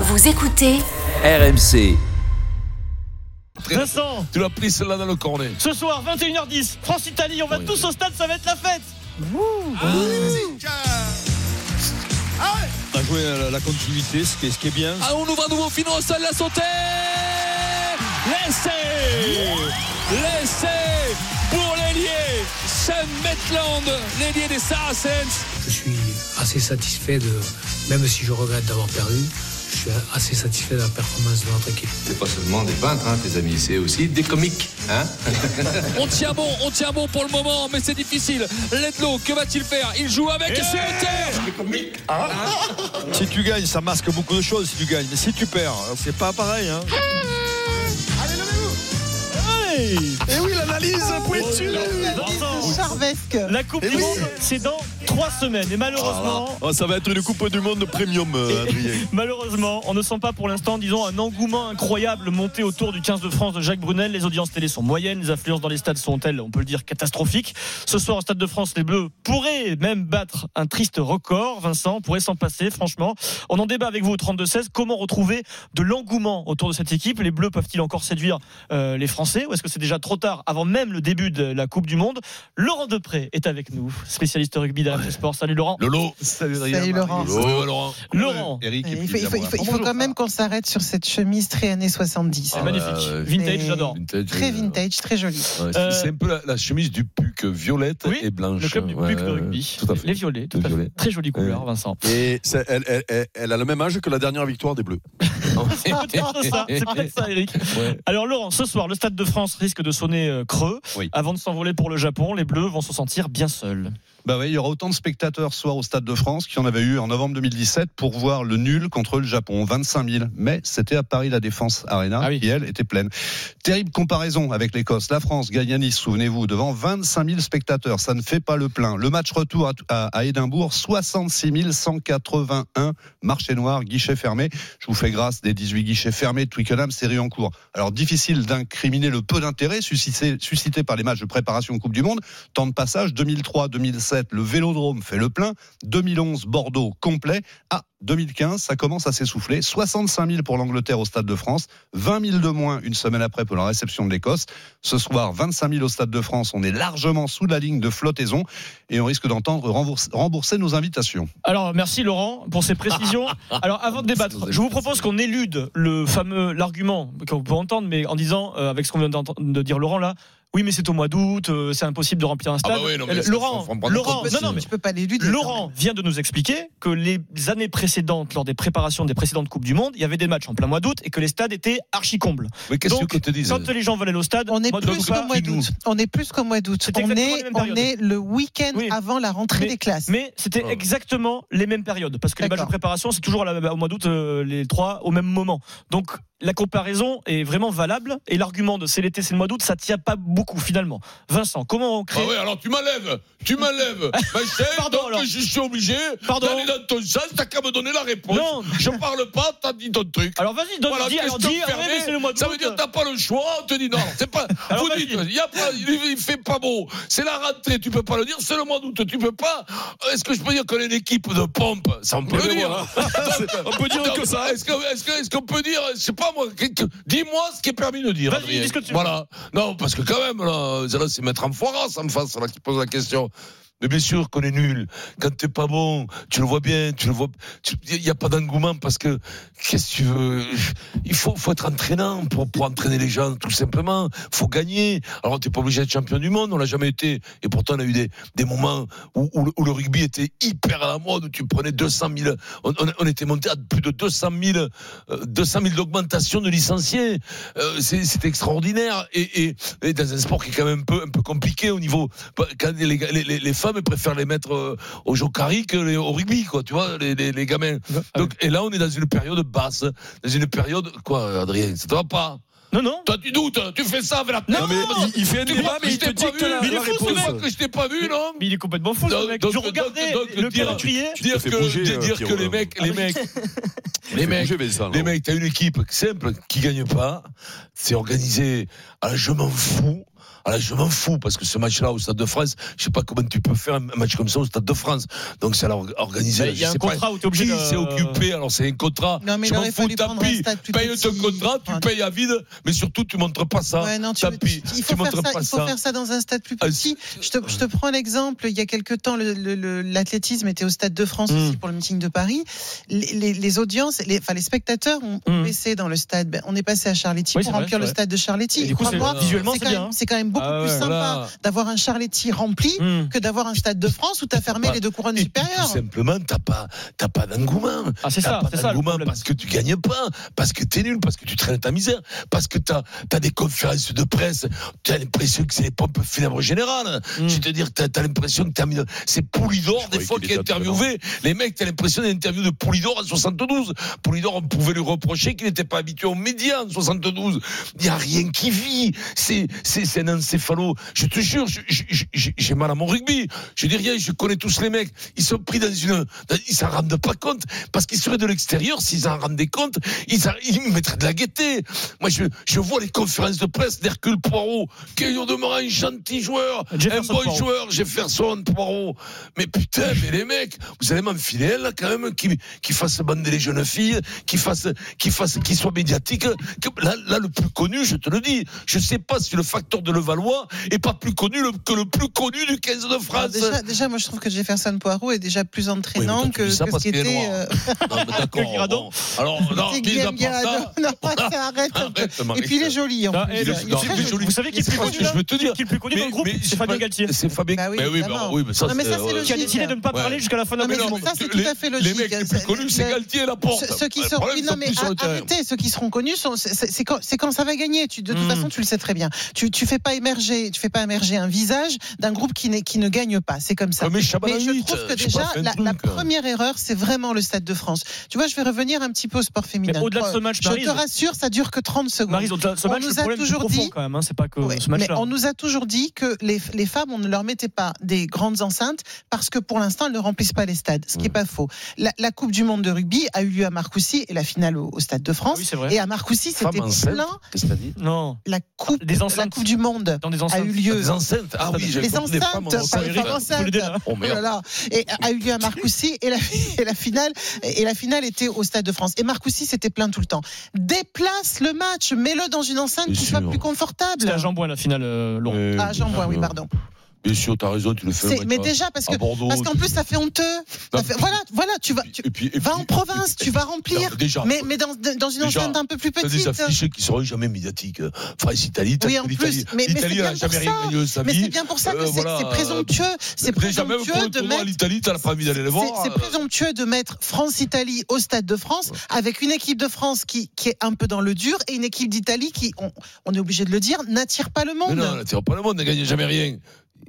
Vous écoutez RMC. Vincent, Tu l'as pris celle-là dans le cornet. ce soir 21h10, France-Italie, on va Oui. tous au stade, ça va être la fête. On a joué la, continuité, ce qui, est, bien. Ah, on ouvre à nouveau Fino au sol, la santé Laissez Laissez pour l'ailier Sam Maitland, l'ailier des Saracens Je suis assez satisfait de, même si je regrette d'avoir perdu, je suis assez satisfait de la performance de notre équipe. C'est pas seulement des peintres, hein, tes amis, c'est aussi des comiques. Hein On tient bon, on tient bon pour le moment, mais c'est difficile. Letlo, que va-t-il faire Il joue avec la hauteur Si tu gagnes, ça masque beaucoup de choses si tu gagnes. Mais si tu perds, c'est pas pareil. Hein. Oh, Vincent, la Coupe du Monde, c'est dans 3 semaines. Et malheureusement, Oh, ça va être une Coupe du Monde premium, euh, Adrien. malheureusement, on ne sent pas pour l'instant, disons, un engouement incroyable monté autour du 15 de France de Jacques Brunel. Les audiences télé sont moyennes, les affluences dans les stades sont, elles, on peut le dire, catastrophiques. Ce soir, au Stade de France, les Bleus pourraient même battre un triste record. Vincent, on pourrait s'en passer, franchement. On en débat avec vous au 32-16. Comment retrouver de l'engouement autour de cette équipe Les Bleus peuvent-ils encore séduire euh, les Français Ou est-ce que c'est déjà trop tard avant même le début de la Coupe du Monde Laurent Depré est avec nous, spécialiste rugby d'After Sport. Salut Laurent. Lolo Salut Laurent. Lolo, Laurent. Laurent, Eric Il faut, il faut- il faut- il faut quand même qu'on s'arrête sur cette chemise très années 70. Ah, c'est magnifique. ouais. Vintage, Et- j'adore. Très vintage, très jolie. euh, Ouais, Ah, Euh, c'est un peu la, la chemise du PUC violette Oui, et blanche. Le club du Ouais, Puc de ouais, rugby. Tout à fait. Les violets, tout Les à fait. violets. Très jolie couleur, Vincent. Et c'est- elle, elle- elle- elle a le même âge que la dernière victoire des Bleus. C'est peut-être ça, c'est peut-être ça, Eric. Ouais. Alors, Laurent, ce soir, le Stade de France risque de sonner euh, creux. Oui. Avant de s'envoler pour le Japon, les Bleus vont se sentir bien seuls. Bah oui, il y aura autant de spectateurs ce soir au Stade de France qu'il y en avait eu en novembre 2017 pour voir le nul contre le Japon, 25 000. Mais c'était à Paris la Défense Arena Ah oui. qui, elle, était pleine. Terrible comparaison avec l'Écosse. La France gagne à Nice, souvenez-vous, devant 25 000 spectateurs. Ça ne fait pas le plein. Le match retour à, à- à Édimbourg, 66 181. Marché noir, guichet fermé. Je vous fais grâce des 18 guichets fermés de Twickenham, série en cours. Alors, difficile d'incriminer le peu d'intérêt suscité, suscité par les matchs de préparation Coupe du Monde. Temps de passage 2003-2007, le Vélodrome fait le plein. 2011, Bordeaux complet. Ah, 2015, ça commence à s'essouffler. 65 000 pour l'Angleterre au Stade de France, 20 000 de moins une semaine après pour la réception de l'Écosse. Ce soir, 25 000 au Stade de France. On est largement sous la ligne de flottaison et on risque d'entendre rembourser, rembourser nos invitations. Alors, merci Laurent pour ces précisions. Alors, avant de débattre, je vous propose qu'on élude le fameux l'argument qu'on peut entendre, mais en disant, euh, avec ce qu'on vient d'entendre- de dire Laurent là, oui, mais c'est au mois d'août, euh, c'est impossible de remplir un Ah stade. bah oui, non, mais Euh, ça, Laurent, faut en prendre Laurent, compte non, aussi. non, mais Tu peux pas l'éluder. Laurent vient de nous expliquer que les années précédentes, lors des préparations des précédentes Coupes du Monde, il y avait des matchs en plein mois d'août et que les stades étaient archi combles. Mais qu'est-ce que Donc, que te disent Quand les gens veulent aller au stade, On est moi, plus donc, qu'au pas- mois d'août. On est plus qu'au mois d'août. C'est On exactement les est, mêmes on périodes. est le week-end Oui. avant la rentrée des classes. Mais c'était Ouais. exactement les mêmes périodes. Parce que les matchs de D'accord. préparation, c'est toujours à la- au mois d'août, euh, les trois au même moment. Donc la comparaison est vraiment valable. Et l'argument de c'est l'été, c'est le mois d'août, ça tient pas beaucoup finalement. Vincent, comment on Ah crée. ouais, alors tu m'enlèves, tu m'enlèves. Ma chère, Pardon, donc alors. je suis obligé Pardon. d'aller dans ton sens, t'as qu'à me donner la réponse. Non. Je parle pas, t'as dit ton truc. Alors vas-y, donne, Voilà, dis, alors question dis, ah ouais, fermée. mais c'est le mois d'août. Ça veut dire que t'as pas le choix, on te dit non, c'est pas. Alors, vous vas-y. dites, il y a pas- il, il fait pas beau. C'est la rentrée, tu peux pas le dire, c'est le mois d'août, tu peux pas. Euh, Est-ce que je peux dire qu'on est une équipe de pompe Ça on peut le dire. hein. on peut dire que ça. Est-ce qu'on est est peut dire, je sais pas moi, que- que- dis-moi ce qui est permis de dire. Vas-y, Adrien. dis ce que tu veux. Voilà. Non, parce que quand même, là, là, c'est mettre en foirasse en face, là, qui pose la question. Mais bien sûr qu'on est nul. Quand t'es pas bon, tu le vois bien, tu le vois. Il n'y a pas d'engouement parce que qu'est-ce que tu veux Il faut, faut être entraînant pour, pour entraîner les gens, tout simplement. Faut gagner. Alors t'es pas obligé d'être champion du monde, on l'a jamais été. Et pourtant on a eu des, des moments où, où le- où le rugby était hyper à la mode, où tu prenais 200 000. On, on- on était monté à plus de 200 000, euh, 200 000 d'augmentation de licenciés. Euh, c'est c'est extraordinaire. Et, et, et dans un sport qui est quand même un peu, un peu compliqué au niveau. bah, Quand les, gars- les, les- les femmes elles préfèrent les mettre euh, au jokari que les- au rugby, quoi, tu vois, les, les, les gamins. Donc, et là, on est dans une période basse, dans une période. Quoi, Adrien Ça te va pas Non, non. Toi, tu doutes, hein. tu fais ça avec la Non, tête. mais Tu il fait un crois que je t'ai pas vu la- Mais il est la fou, ce réponse. mec, que je t'ai pas vu, non Mais il est complètement fou, ce Donc- mec. donc- Je regardais donc- donc, le dire- calendrier. Dire fait que, bouger, euh, dire que Pierrot, les là. Ah mecs, les mecs, les Fait mecs, bouger Vincent, les là. mecs, t'as une équipe simple qui gagne pas, c'est organisé, ah, je m'en fous. Alors je m'en fous parce que ce match-là au Stade de France, je sais pas comment tu peux faire un match comme ça au Stade de France. Donc ça l'a or- organisé. Il y a je un sais pas contrat où tu es obligé Qui de. s'est occupé Alors c'est un contrat. Non, mais il je m'en aurait fous, fallu tant prendre un pis. stade plus Paye ton petit. contrat, tu Enfin, payes à vide, mais surtout tu montres pas ça. Ouais, non, tu Tant veux- pis. il Tu faut, faire montres ça, pas il faut ça. faire ça dans un stade plus Ah, petit. Je te, je te prends l'exemple, il y a quelque temps, le- le- le- l'athlétisme était au Stade de France Hmm. Mm. aussi pour le meeting de Paris. Les, les- les audiences, les, enfin, les spectateurs ont, ont Hmm. Mm. baissé dans le stade. Ben, on est passé à Charletti Oui, c'est pour vrai, remplir c'est le vrai. stade de Charletti. Et du coup, c'est- Crois-moi, visuellement, c'est c'est quand, bien, même- hein. c'est quand même beaucoup Ah ouais, plus sympa voilà. d'avoir un Charletti rempli Hmm. que d'avoir un Stade de France où tu as fermé Bah, les deux couronnes Et puis, supérieures. Tout simplement, t'as pas, t'as pas d'engouement. Ah, c'est T'as ça, pas c'est ça. le d'engouement problème. parce que tu gagnes pas, parce que t'es nul, parce que tu traînes ta misère, parce que t'as as des conférences de presse, t'as l'impression que c'est les pompes funèbres générales. Mm. C'est-à-dire que t'as- t'as l'impression que t'as mis. C'est Poulidor, des fois, qui est interviewé. Les mecs, t'as l'impression d'une interview de Poulidor en 72. Poulidor, on pouvait lui reprocher qu'il n'était pas habitué aux médias en 72. Il n'y a rien qui vit. C'est c'est- c'est un encéphalo. Je te jure, je- je- je- j'ai j'ai mal à mon rugby. Je dis rien, je connais tous les mecs. Ils sont pris dans une. dans- Ils s'en rendent pas compte. Parce qu'ils seraient de l'extérieur, s'ils en rendaient compte, ils, en- ils mettraient de la gaieté. Moi, je, je vois les conférences de presse d'Hercule Poirot. Quel demeura un gentil joueur, un Jefferson bon Poirot. joueur, Jefferson Poirot. Mais putain, mais les mecs, vous allez m'enfiler un, là quand même, qui, qui fasse bander les jeunes filles, qui fasse, qui fasse, qui soit médiatique. Que- Là, là, le plus connu, je te le dis, je sais pas si le facteur de Levallois est pas plus connu le- que le plus connu du 15 de Alors France. Ah, Déjà, déjà, moi je trouve que Jefferson Poirot est déjà plus Oui, mais toi, entraînant tu que, dis ça que ce parce qui qu'il est était. noir. euh, Non, mais Que d'accord. Guirado. bon. Alors, non, c'est mis à Guillaume part Guirado. ça. Non, ça arrête. un peu. Arrête, Marie. Et puis il est joli en Ah, plus. eh, Il est mais- il est très très joli. joli. Vous savez qui est C'est le plus pas ce connu que là je veux te dire. Qui est le plus connu dans le groupe mais C'est Fabien pas- Galtier. C'est Fabien Bah oui, mais oui, mais, évidemment. oui, mais ça, Non, mais ça, c'est, c'est euh, logique. Qui a décidé de ne pas Ouais. parler jusqu'à la fin de la Non, mais compétition. non, ça, c'est les- tout à fait Les logique. mecs les plus Ça- connus, c'est ça- Galtier et Laporte. Ceux, ceux qui Le sont, problème, oui, ils non, sont mais plus sur le ar- terrain. arrêtez, ceux qui seront connus, sont- c'est c'est quand, c'est quand ça va gagner. Tu, de toute Hmm. Mm. façon, tu le sais très bien. Tu, tu fais pas émerger, tu fais pas émerger un visage d'un groupe qui, n'est- qui ne gagne pas. C'est comme ça. Ah, mais Chaban Mais je Hamid, trouve que euh, je déjà, préfère un la, la truc, hein. première erreur, c'est vraiment le Stade de France. Tu vois, je vais revenir un petit peu au sport féminin. Mais au-delà de ce match, je Maryse- te rassure, ça dure que 30 secondes. Maryse, au-delà de ce On match, nous le a problème est plus toujours profond dit- quand même. hein, C'est pas que Ouais, ce mais match-là. on nous a toujours dit que les, les femmes, on ne leur mettait pas des grandes enceintes parce que pour l'instant, elles ne remplissent pas les stades, ce qui Mm. n'est pas faux. La, la Coupe du Monde de rugby a eu lieu à Marcoussis et la finale au, au Stade de Ah France. Oui, c'est vrai. et à Marcoussis, Femme c'était enceinte. plein. Qu'est-ce que t'as dit Non, La coupe, Des la enceintes. coupe du Monde dans des a eu enceintes. lieu. Des enceintes. Ah oui, j'ai les compris, enceintes, des femmes par enceintes. les femmes Faut enceintes. l'aider, là. Oh Oh là merde. là. Et a eu lieu à Marcoussis et la, et la finale et la finale était au Stade de France et Marcoussis c'était plein tout le temps. Déplace le match, mets-le dans une enceinte Bien qui sûr. soit plus confortable. C'était à Jean Boin la finale, euh, Laurent. Euh, Ah, Jean Boin, oui, euh, pardon. Bien sûr, t'as raison, tu le fais. C'est- ouais, mais toi. déjà parce que à Bordeaux. parce qu'en tu- plus ça fait honteux. Non, Ça fait- puis- voilà, voilà, tu vas tu et puis, et vas puis- en province, tu vas remplir, Non, déjà, mais mais dans dans une Déjà, enceinte un peu plus t'as des petite. euh, affiches qui seront jamais médiatiques. France-Italie, t'as Oui, en vu l'Italie. plus, mais- mais c'est L'Italie bien n'a jamais pour rien ça. gagné de sa Mais c'est vie. bien pour ça que Euh, c'est voilà, c'est euh, présomptueux, c'est Déjà, même pour présomptueux le de tournoi, mettre l'Italie, t'as pas envie d'aller les C'est voir. c'est euh, présomptueux de mettre France-Italie au Stade de France avec une équipe de France qui, qui est un peu dans le dur et une équipe d'Italie qui, on, on est obligé de le dire, n'attire pas le Mais monde. non, là, t'es pas le monde, ne gagne jamais rien.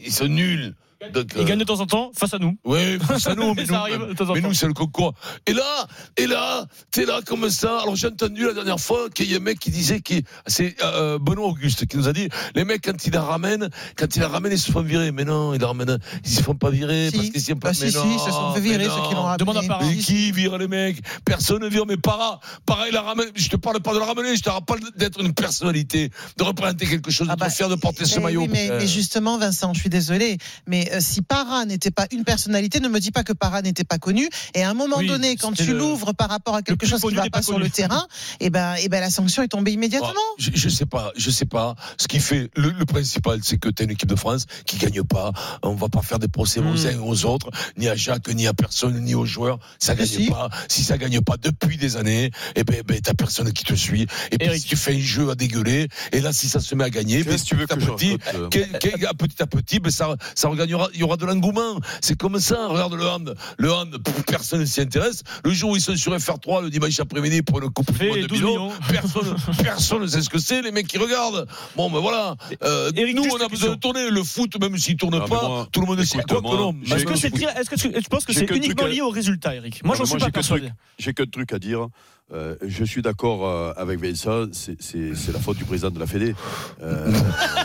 Ils sont nuls. Donc, Il euh, gagne de temps en temps face à nous. Oui, face à nous, mais Ça arrive de temps en nous, mais temps. nous, c'est le concours. Et là, et là, t'es là comme ça. Alors j'ai entendu la dernière fois qu'il y a un mec qui disait qui, c'est euh, Benoît Auguste qui nous a dit, les mecs quand ils la ramènent, quand ils la ramènent, ils se font virer. Mais non, ils la ramènent, ils se font pas virer Si. parce qu'ils s'y aiment pas. Bah, si, Mais si, non, ils se sont fait virer mais ceux qui non. l'ont ramené. Demande à Parra. Mais qui vire les mecs Personne ne vire, mais para. Para, il la ramène. Je te parle pas de la ramener, je te parle d'être une personnalité, de représenter quelque chose, Ah de bah, te faire de porter Eh ce oui, maillot. mais, Euh, mais justement, Vincent, je suis désolé, mais euh, si Para n'était pas une personnalité, ne me dis pas que Para n'était pas connu. Et à un moment Oui, donné, quand c'était tu le- l'ouvres par rapport à quelque plus chose qui connu ne va n'est pas, pas sur connu. le terrain, et ben, et ben la sanction est tombée immédiatement. Ah, je, je sais pas, je sais pas. Ce qui fait le, le principal, c'est que t'as une équipe de France qui gagne pas. On va pas faire des procès aux Mm. uns et aux autres, ni à Jacques, ni à personne, ni aux joueurs. Ça gagne Si. pas. Si ça gagne pas depuis des années, eh ben, ben t'as personne qui te suit. Et puis Eric. si tu fais un jeu à dégueuler, et là si ça se met à gagner, ben, Qu'est-ce que tu veux petit à que je petit, raconte, euh, que- que- à petit à petit, ben, ça, ça regagnera. Il y aura de l'engouement. C'est comme ça. Regarde le hand, le hand, pff, personne ne s'y intéresse. Le jour où ils sont sur FR3 le dimanche après-midi pour le coupe du Fait monde de 12 Millau, millions. personne, personne ne sait ce que c'est, les mecs qui regardent. Bon, ben voilà. Euh, Eric, nous, juste on a une besoin de question. tourner. Le foot, même s'il tourne Non, mais pas, moi, tout le monde écoute. Quoi que écoute-moi, non. j'ai- Est-ce que non, c'est je- tiré- est-ce que tu, tu penses que J'ai c'est que le truc uniquement à- lié au résultat, Eric Moi, Non, j'en mais suis moi, pas j'ai que le persuadé. J'ai que de trucs à dire. euh, je suis d'accord euh, avec Vincent, c'est- c'est c'est la faute du président de la Fédé. Euh,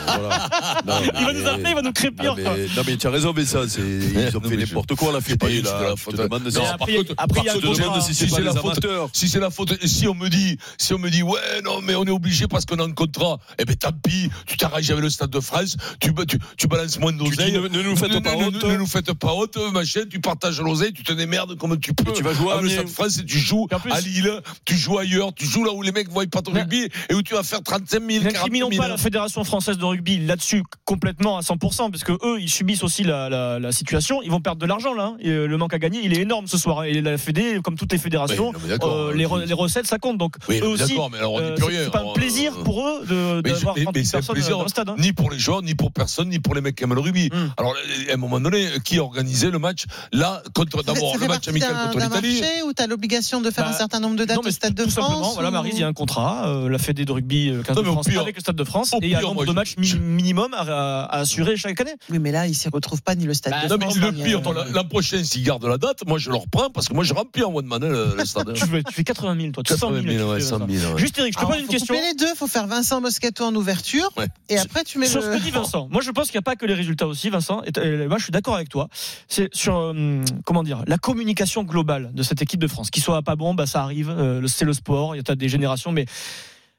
voilà. Non, Il va mais- nous appeler, il va nous crépir. non mais, quoi. non, mais tu as raison, Vincent, c'est- ils ont Non, fait mais je- n'importe quoi la sais pas, Fédé. c'est Là. la Je faute te de- demande de Non, savoir- par après, contre- après, il y a je un te demande contrat. si Si c'est pas c'est les la faute- amateurs. Si c'est la faute, si on me dit, si on me dit, ouais, non, mais on est obligé parce qu'on a un contrat, eh ben tant pis, tu t'arranges avec le Stade de France, tu, ba- tu, tu balances moins Tu dis, d'oseille. ne, ne nous faites Ne- pas ne- ne- honte. Ne nous faites pas honte, machin, tu partages l'oseille, tu te démerdes comme tu peux. tu vas jouer à avec le Amiens. Stade de France et tu joues Et en plus- à Lille, tu joues ailleurs, tu joues là où les mecs voient pas ton Mais- rugby et où tu vas faire 35 000, 40 N'incriminons 000. pas la Fédération française de rugby là-dessus complètement à 100%, parce que eux, ils subissent aussi la, la- la situation. Ils vont perdre de l'argent là. hein. Et euh, le manque à gagner, il est énorme ce soir. hein. Et la Fédé, comme toutes les fédérations, Oui, non, mais d'accord. hein, euh, les, re- les recettes, ça compte. Donc Oui, eux non, mais aussi, d'accord, mais alors on euh, dit plus rien. c'est pas un On- euh, plaisir pour eux de- Mais je- d'avoir mais- 30 mais 000 c'est un personnes plaisir. dans le stade. hein. ni pour les joueurs, ni pour personne, ni pour les mecs qui aiment le rugby. Mm. Alors, euh, à un moment donné, qui a organisé le match Là, contre Ça fait- d'abord ça le fait match partie amical d'un- contre d'un l'Italie. marché où tu as l'obligation de faire Bah, un certain nombre de dates Non, mais au Stade de tout France simplement, voilà, ou- Marie, il y a un contrat, euh, la Fédé de rugby euh, 15 Non, de mais au France pire- avec le Stade de France, au et il y a un pire, nombre moi, de je- matchs mi- minimum à, à- à assurer chaque année. Oui, mais là, il s'y retrouve pas ni le Bah, Stade de Non, France. mais ni, le pire, euh, attends, l'an prochain, s'ils gardent la date, moi je leur prends parce que moi je remplis en one man hein, le, le stade. Tu, veux- tu fais 80 000, toi, tu fais 100 000. 80 000, ouais, tu fais 100 000, ouais. Juste Eric, je te Alors, pose une Ah, faut question. couper les deux, faut faire Vincent Moscato en ouverture Ouais. et après tu mets Sur ce le. que dit Vincent, moi je pense qu'il n'y a pas que les résultats aussi, Vincent. Et euh, moi je suis d'accord avec toi. C'est sur euh, comment dire la communication globale de cette équipe de France. Qui soit pas bon, bah ça arrive. euh, le- c'est le sport. Il y a des générations, mais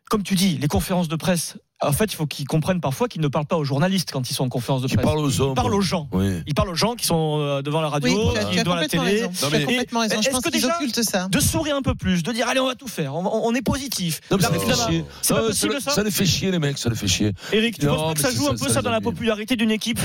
comme tu dis, les conférences de presse. En fait, il faut qu'ils comprennent parfois qu'ils ne parlent pas aux journalistes quand ils sont en conférence de Qui presse. parle aux hommes. Ils parlent aux gens. Oui. Ils parlent aux gens qui sont euh, devant la radio, Oui, tu as, qui tu as sont devant la complètement télé. raison. Non, Tu as mais- complètement raison. est-ce Je pense que qu'ils déjà- occultent ça. De sourire un peu plus, de dire allez on va tout faire, on, va- on est positif. Non, mais ça La- les fait la- chier. C'est Non, pas mais possible ça, ça, ça les fait chier, les mecs, ça les fait chier. Eric, tu Non, penses pas que mais ça c'est joue ça, un peu ça ça les dans la ennuie. popularité d'une équipe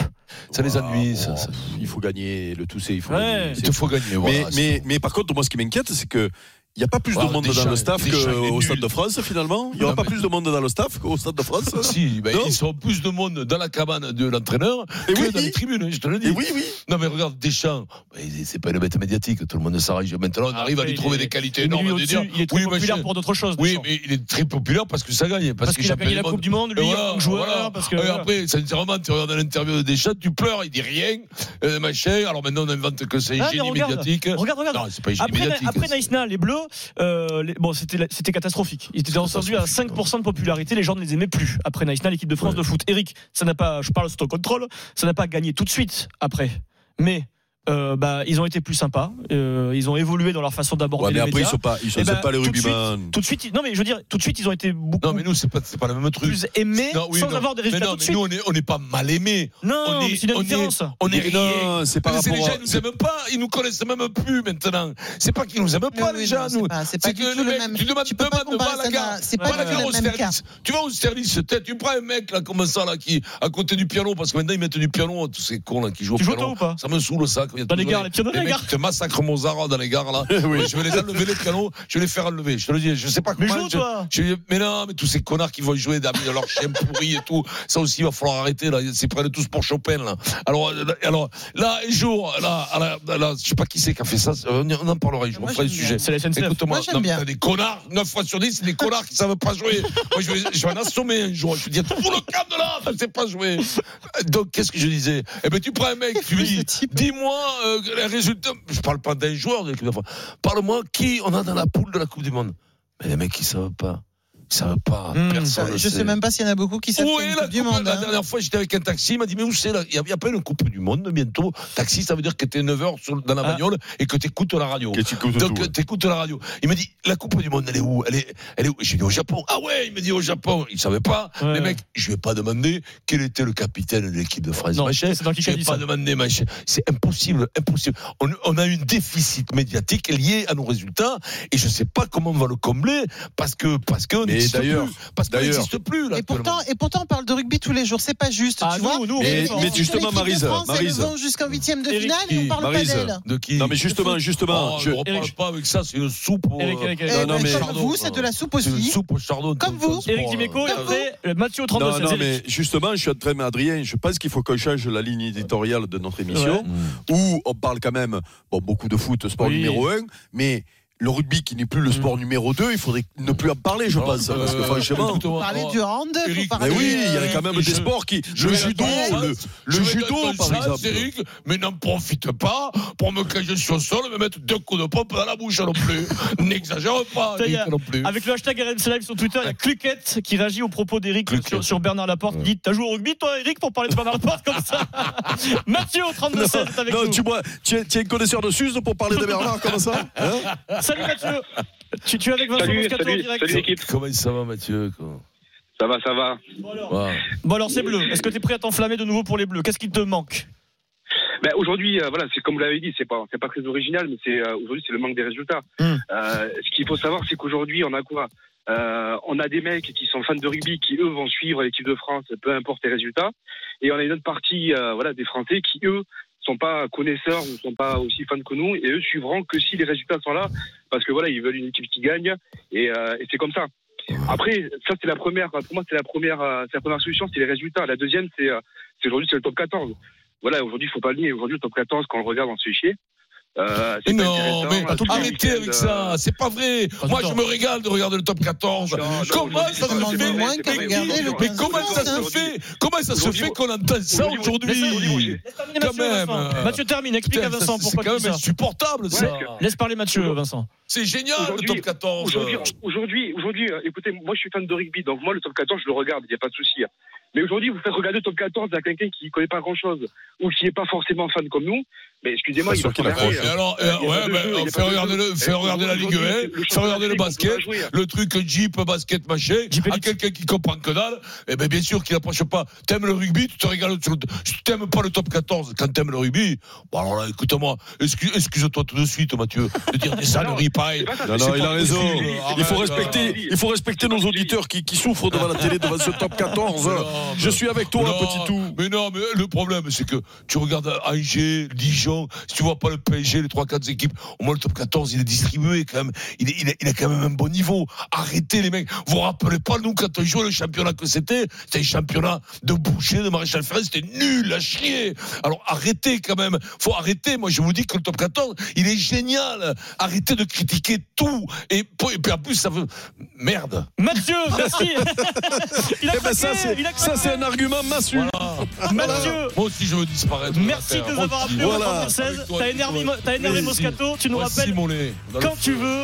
Ça les ennuie, ça, ça. Il faut gagner, le tout c'est, il faut Ouais. gagner. Il te faut gagner. Mais, voilà, c'est mais, tout. mais par contre, moi, ce qui m'inquiète, c'est que. Il n'y a pas plus Bah, de monde Deschamps, dans le staff Deschamps, il est qu'au nul. Stade de France, finalement. Il n'y aura Non, pas mais- plus de monde dans le staff qu'au Stade de France. Si, ben, Non. ils sont plus de monde dans la cabane de l'entraîneur Et que oui. dans les tribunes, hein, je te le dis. Et oui, oui. Non mais regarde Deschamps, ben, il- c'est pas une bête médiatique, tout le monde s'arrange. Maintenant on Ah, arrive à lui il trouver est- des Et qualités lui, énormes. de au-dessus, dire, il est trop oui, populaire machin. pour d'autres choses. Oui, Deschamps. mais il est très populaire parce que ça gagne, parce, parce qu'il qu'il a champion gagné la du Coupe monde. du Monde, lui, Et en tant que joueur, voilà. Ah, parce que. Et après, sincèrement, tu regardes l'interview de Deschamps, tu pleures, il dit rien, euh, machin. Alors maintenant, on invente que c'est Ah, mais génie regarde. médiatique. Regarde, regarde. Non, c'est pas hygiène Après, médiatique. après Naïsna, les Bleus, euh, les- bon, c'était, la- c'était catastrophique. Ils étaient descendus hein. à 5% de popularité, les gens ne les aimaient plus. Après Naïsna, l'équipe de France de foot. Eric, ça n'a pas, je parle sous ton contrôle, ça n'a pas gagné tout de suite après. Mais euh, bah, ils ont été plus sympas, euh, ils ont évolué dans leur façon d'aborder Ouais, mais après, les ils médias. ne sont pas, ils sont, Eh ben, c'est pas les tout de suite, rugbyman. Tout de suite, ils- non mais je veux dire, tout de suite, ils ont été beaucoup Non, mais nous, c'est pas, c'est pas le même truc. plus aimés Non, oui, sans non. avoir des Mais résultats non, tout de mais suite. nous, on est- on n'est pas mal aimés. non, on mais est- c'est une on est- différence. On est rien. Non, c'est par Mais c'est rapport les à. gens, ils nous aiment pas, ils nous connaissent même plus maintenant. C'est pas qu'ils nous aiment Mais pas, oui, les non, gens, c'est nous. pas- c'est pas C'est du que tout le le mec, même- tu demandes, tu peux pas demande, comparer va à la ça gare. n'a- c'est pas Va à la du gare tout au le même service. Tu vas au service, t'es- tu prends un mec, là, comme ça, là, qui, à côté du piano, parce que maintenant, ils mettent du piano, tous ces cons, là, qui jouent au Tu joues toi piano. ou pas Ça me saoule ça. quand il y a Dans les toujours gares, les pianos dans les mecs gares. qui te massacrent Mozart dans les gares là. Oui. Je vais les enlever les pianos, je vais les faire enlever. Je te le dis, je sais pas Mais comment. joue, je- toi. je- mais non, mais tous ces connards qui vont jouer d'amis de leur chien pourri et tout, ça aussi il va falloir arrêter là. Ils s'y prennent tous pour Chopin là. Alors, euh, alors là un jour, là, à la- à la- je sais pas qui c'est qui a fait ça. c'est- On y- on en parlera. Je vous Moi, ferai le j'aime sujet. C'est la SNCF. Écoute-moi, Moi, j'aime non, bien. putain, des connards, 9 fois sur 10, c'est des connards qui savent pas jouer. Moi, je vais, je vais en assommer un jour. Je vais dire, tout le camp de là, ça ne sait pas jouer. Donc, qu'est-ce que je disais Eh ben, tu prends un mec, tu lui dis, dis-moi euh, les résultats. Je parle pas d'un joueur de l'équipe de France. Parle-moi qui on a dans la poule de la Coupe du Monde. Mais les mecs, ils savent pas. Ils savent pas. Hmm. Personne ne Je sait. sais même pas s'il y en a beaucoup qui savent Où qu'il y a est une la Coupe du coupe Monde. La hein. dernière fois, j'étais avec un taxi, il m'a dit Mais où c'est là Il y a- il y a pas une Coupe du Monde bientôt. Taxi, ça veut dire que t'es 9h sur- dans la Ah. bagnole et que t'écoutes la radio. Qu'est-ce que tu Donc tout, euh, ouais. t'écoutes la radio. Il me dit la Coupe du Monde elle est où Elle est, elle est où J'ai dit au Japon. Ah ouais, il me dit au Japon. Il savait pas. Ouais. Les mecs, je vais pas demander quel était le capitaine de l'équipe de France. Non, machin. c'est dans qui Je qu'a vais dit pas ça. demander machin. C'est impossible, impossible. On, on a eu un déficit médiatique lié à nos résultats et je sais pas comment on va le combler parce que parce que Mais d'ailleurs, parce qu'on d'ailleurs. n'existe plus là. Et pourtant, actuellement. et pourtant, on parle de rugby tous les jours. C'est pas juste, Ah, tu nous, vois. nous, on Mais- répond. mais tu- Justement, Maryse, Maryse. Ils vont jusqu'en huitième de Eric, finale et on parle pas Maryse. d'elle. de qui Non, mais justement, justement. Oh, je- on reparle Eric. pas avec ça. C'est une soupe. euh, au- Eric, Eric, Eric. Eh Non, non, ben, mais- Comme vous, c'est de la soupe C'est une aussi. soupe au chardon. Comme vous. Eric Dimeco et après euh, Mathieu au 32 Non, 16. non, mais justement, je suis en train, mais Adrien, je pense qu'il faut qu'on change la ligne éditoriale de notre émission, où on parle quand même, bon, beaucoup de foot, sport Oui. numéro un, mais le rugby qui n'est plus le sport numéro 2, il faudrait ne plus en parler, je euh, pense. parce que franchement. Vous parlez du hand, Oh, Eric, vous Mais parlez oui, il y euh, a quand même des je- sports qui. je le vais judo, attendre, le, ça. le Je vais judo, mettre par ça, exemple. Cédric, mais n'en profite pas pour me cacher sur le sol, me mettre deux coups de pompe dans la bouche non plus. N'exagère pas, Ça y est, Eric, non plus. Ah, Avec le hashtag RMC Live sur Twitter, il y a Cluquette qui réagit aux propos d'Eric Cluquette. sur, sur Bernard Laporte. Il dit T'as joué au rugby, toi, Eric, pour parler de Bernard Laporte comme ça Mathieu, au 32 16 est avec Non, nous. tu, vois, tu, es, tu es un connaisseur de Suze pour parler de Bernard comme ça hein Salut Mathieu tu, tu es avec Vincent Salut, Moscato en salut, direct salut l'équipe. Comment ça va, Mathieu quoi Ça va, ça va. Bon alors, Voilà. Bon, alors, c'est bleu. Est-ce que tu es prêt à t'enflammer de nouveau pour les bleus Qu'est-ce qui te manque Ben, aujourd'hui, euh, voilà, c'est comme vous l'avez dit, c'est pas, c'est pas très original, mais c'est euh, aujourd'hui c'est le manque des résultats. Mm. Euh, ce qu'il faut savoir, c'est qu'aujourd'hui, on a quoi Euh, On a des mecs qui sont fans de rugby, qui eux vont suivre l'équipe de France, peu importe les résultats, et on a une autre partie, euh, voilà, des Français qui eux sont pas connaisseurs ou sont pas aussi fans que nous, et eux suivront que si les résultats sont là, parce que voilà, ils veulent une équipe qui gagne, et, euh, et c'est comme ça. Après, ça c'est la première, pour moi c'est la première, euh, c'est la première solution, c'est les résultats. La deuxième, c'est, euh, c'est aujourd'hui c'est le top 14. Voilà, aujourd'hui il faut pas le nier. Aujourd'hui le top 14, quand on le regarde, on se fait chier. Euh, c'est pas Non, intéressant. mais Tous les arrêtez week-ends, avec euh, ça, c'est pas vrai. Pas Moi, du je temps. me régale de regarder le top 14. Non, non, Comment aujourd'hui, ça c'est se pas fait vrai, c'est pas Mais vrai. qui- Aujourd'hui, Mais aujourd'hui, comment ça se aujourd'hui, fait Comment ça se aujourd'hui, fait qu'on entende ça aujourd'hui, aujourd'hui aujourd'hui, Laisse terminer Quand Mathieu, même, Vincent. euh, Mathieu termine, explique Putain, à ça, Vincent C'est pourquoi quand tu dis même ça. insupportable, Ouais, ça. Laisse parler Mathieu, Vincent. C'est génial, le Aujourd'hui- top 14. Aujourd'hui, aujourd'hui, aujourd'hui, euh, écoutez, moi je suis fan de rugby, donc moi le top 14 je le regarde, il n'y a pas de souci. hein. Mais aujourd'hui, vous faites regarder le top 14 à quelqu'un qui ne connaît pas grand chose ou qui n'est pas forcément fan comme nous, mais excusez-moi, Pas il sûr va qu'il s'emmerder. Et alors, euh, Il y a pas ouais, de jeu, il y a pas ben, fais de regarder, jeu. le, fais regarder la Ligue 1, Aujourd'hui, fais regarder championnat le d'Afrique, basket, on peut pas jouer. le truc Jeep, basket, machin, Jeep à Elite. quelqu'un qui comprend que dalle, eh ben, bien sûr qu'il n'approche pas. T'aimes le rugby, tu te régales. sur le- Si t'aimes pas le top 14 quand t'aimes le rugby, bon alors là, écoute-moi, excuse- excuse-toi tout de suite, Mathieu, de dire des saleries pareilles. C'est pas ça, Non, c'est- non, pas il a raison. possible. Il faut, Arrête, euh, respecter, là. il faut respecter nos auditeurs qui, qui souffrent devant la télé, devant ce top 14. Non, Je mais- suis avec toi, Non, petit tout. Mais non, mais le problème, c'est que tu regardes Angers, Dijon, si tu vois pas le PSG, les 3-4 équipes, au moins le top 14, il est distribué quand même. Il, est, il, est- il a quand même un bon niveau. Arrêtez les mecs. Vous vous rappelez pas, nous, quand on jouait le championnat que c'était, c'était un championnat de boucher, de maréchal Ferré, c'était nul à chier. Alors arrêtez quand même. Faut arrêter. Moi, je vous dis que le top 14, il est génial. Arrêtez de critiquer tout. Et, po- et puis en plus, ça veut. Merde. Mathieu, merci Il a Eh ben, craqué, ça, c'est il a ça, craqué. c'est Ah, un argument massu. Mathieu Moi aussi, je veux disparaître. Merci de nous avoir appelés au Voilà. 36. Avec toi, T'as énervé, avec toi. t'as énervé Vas-y. Moscato, tu nous Voici rappelles mon lait. Dans le quand tu veux.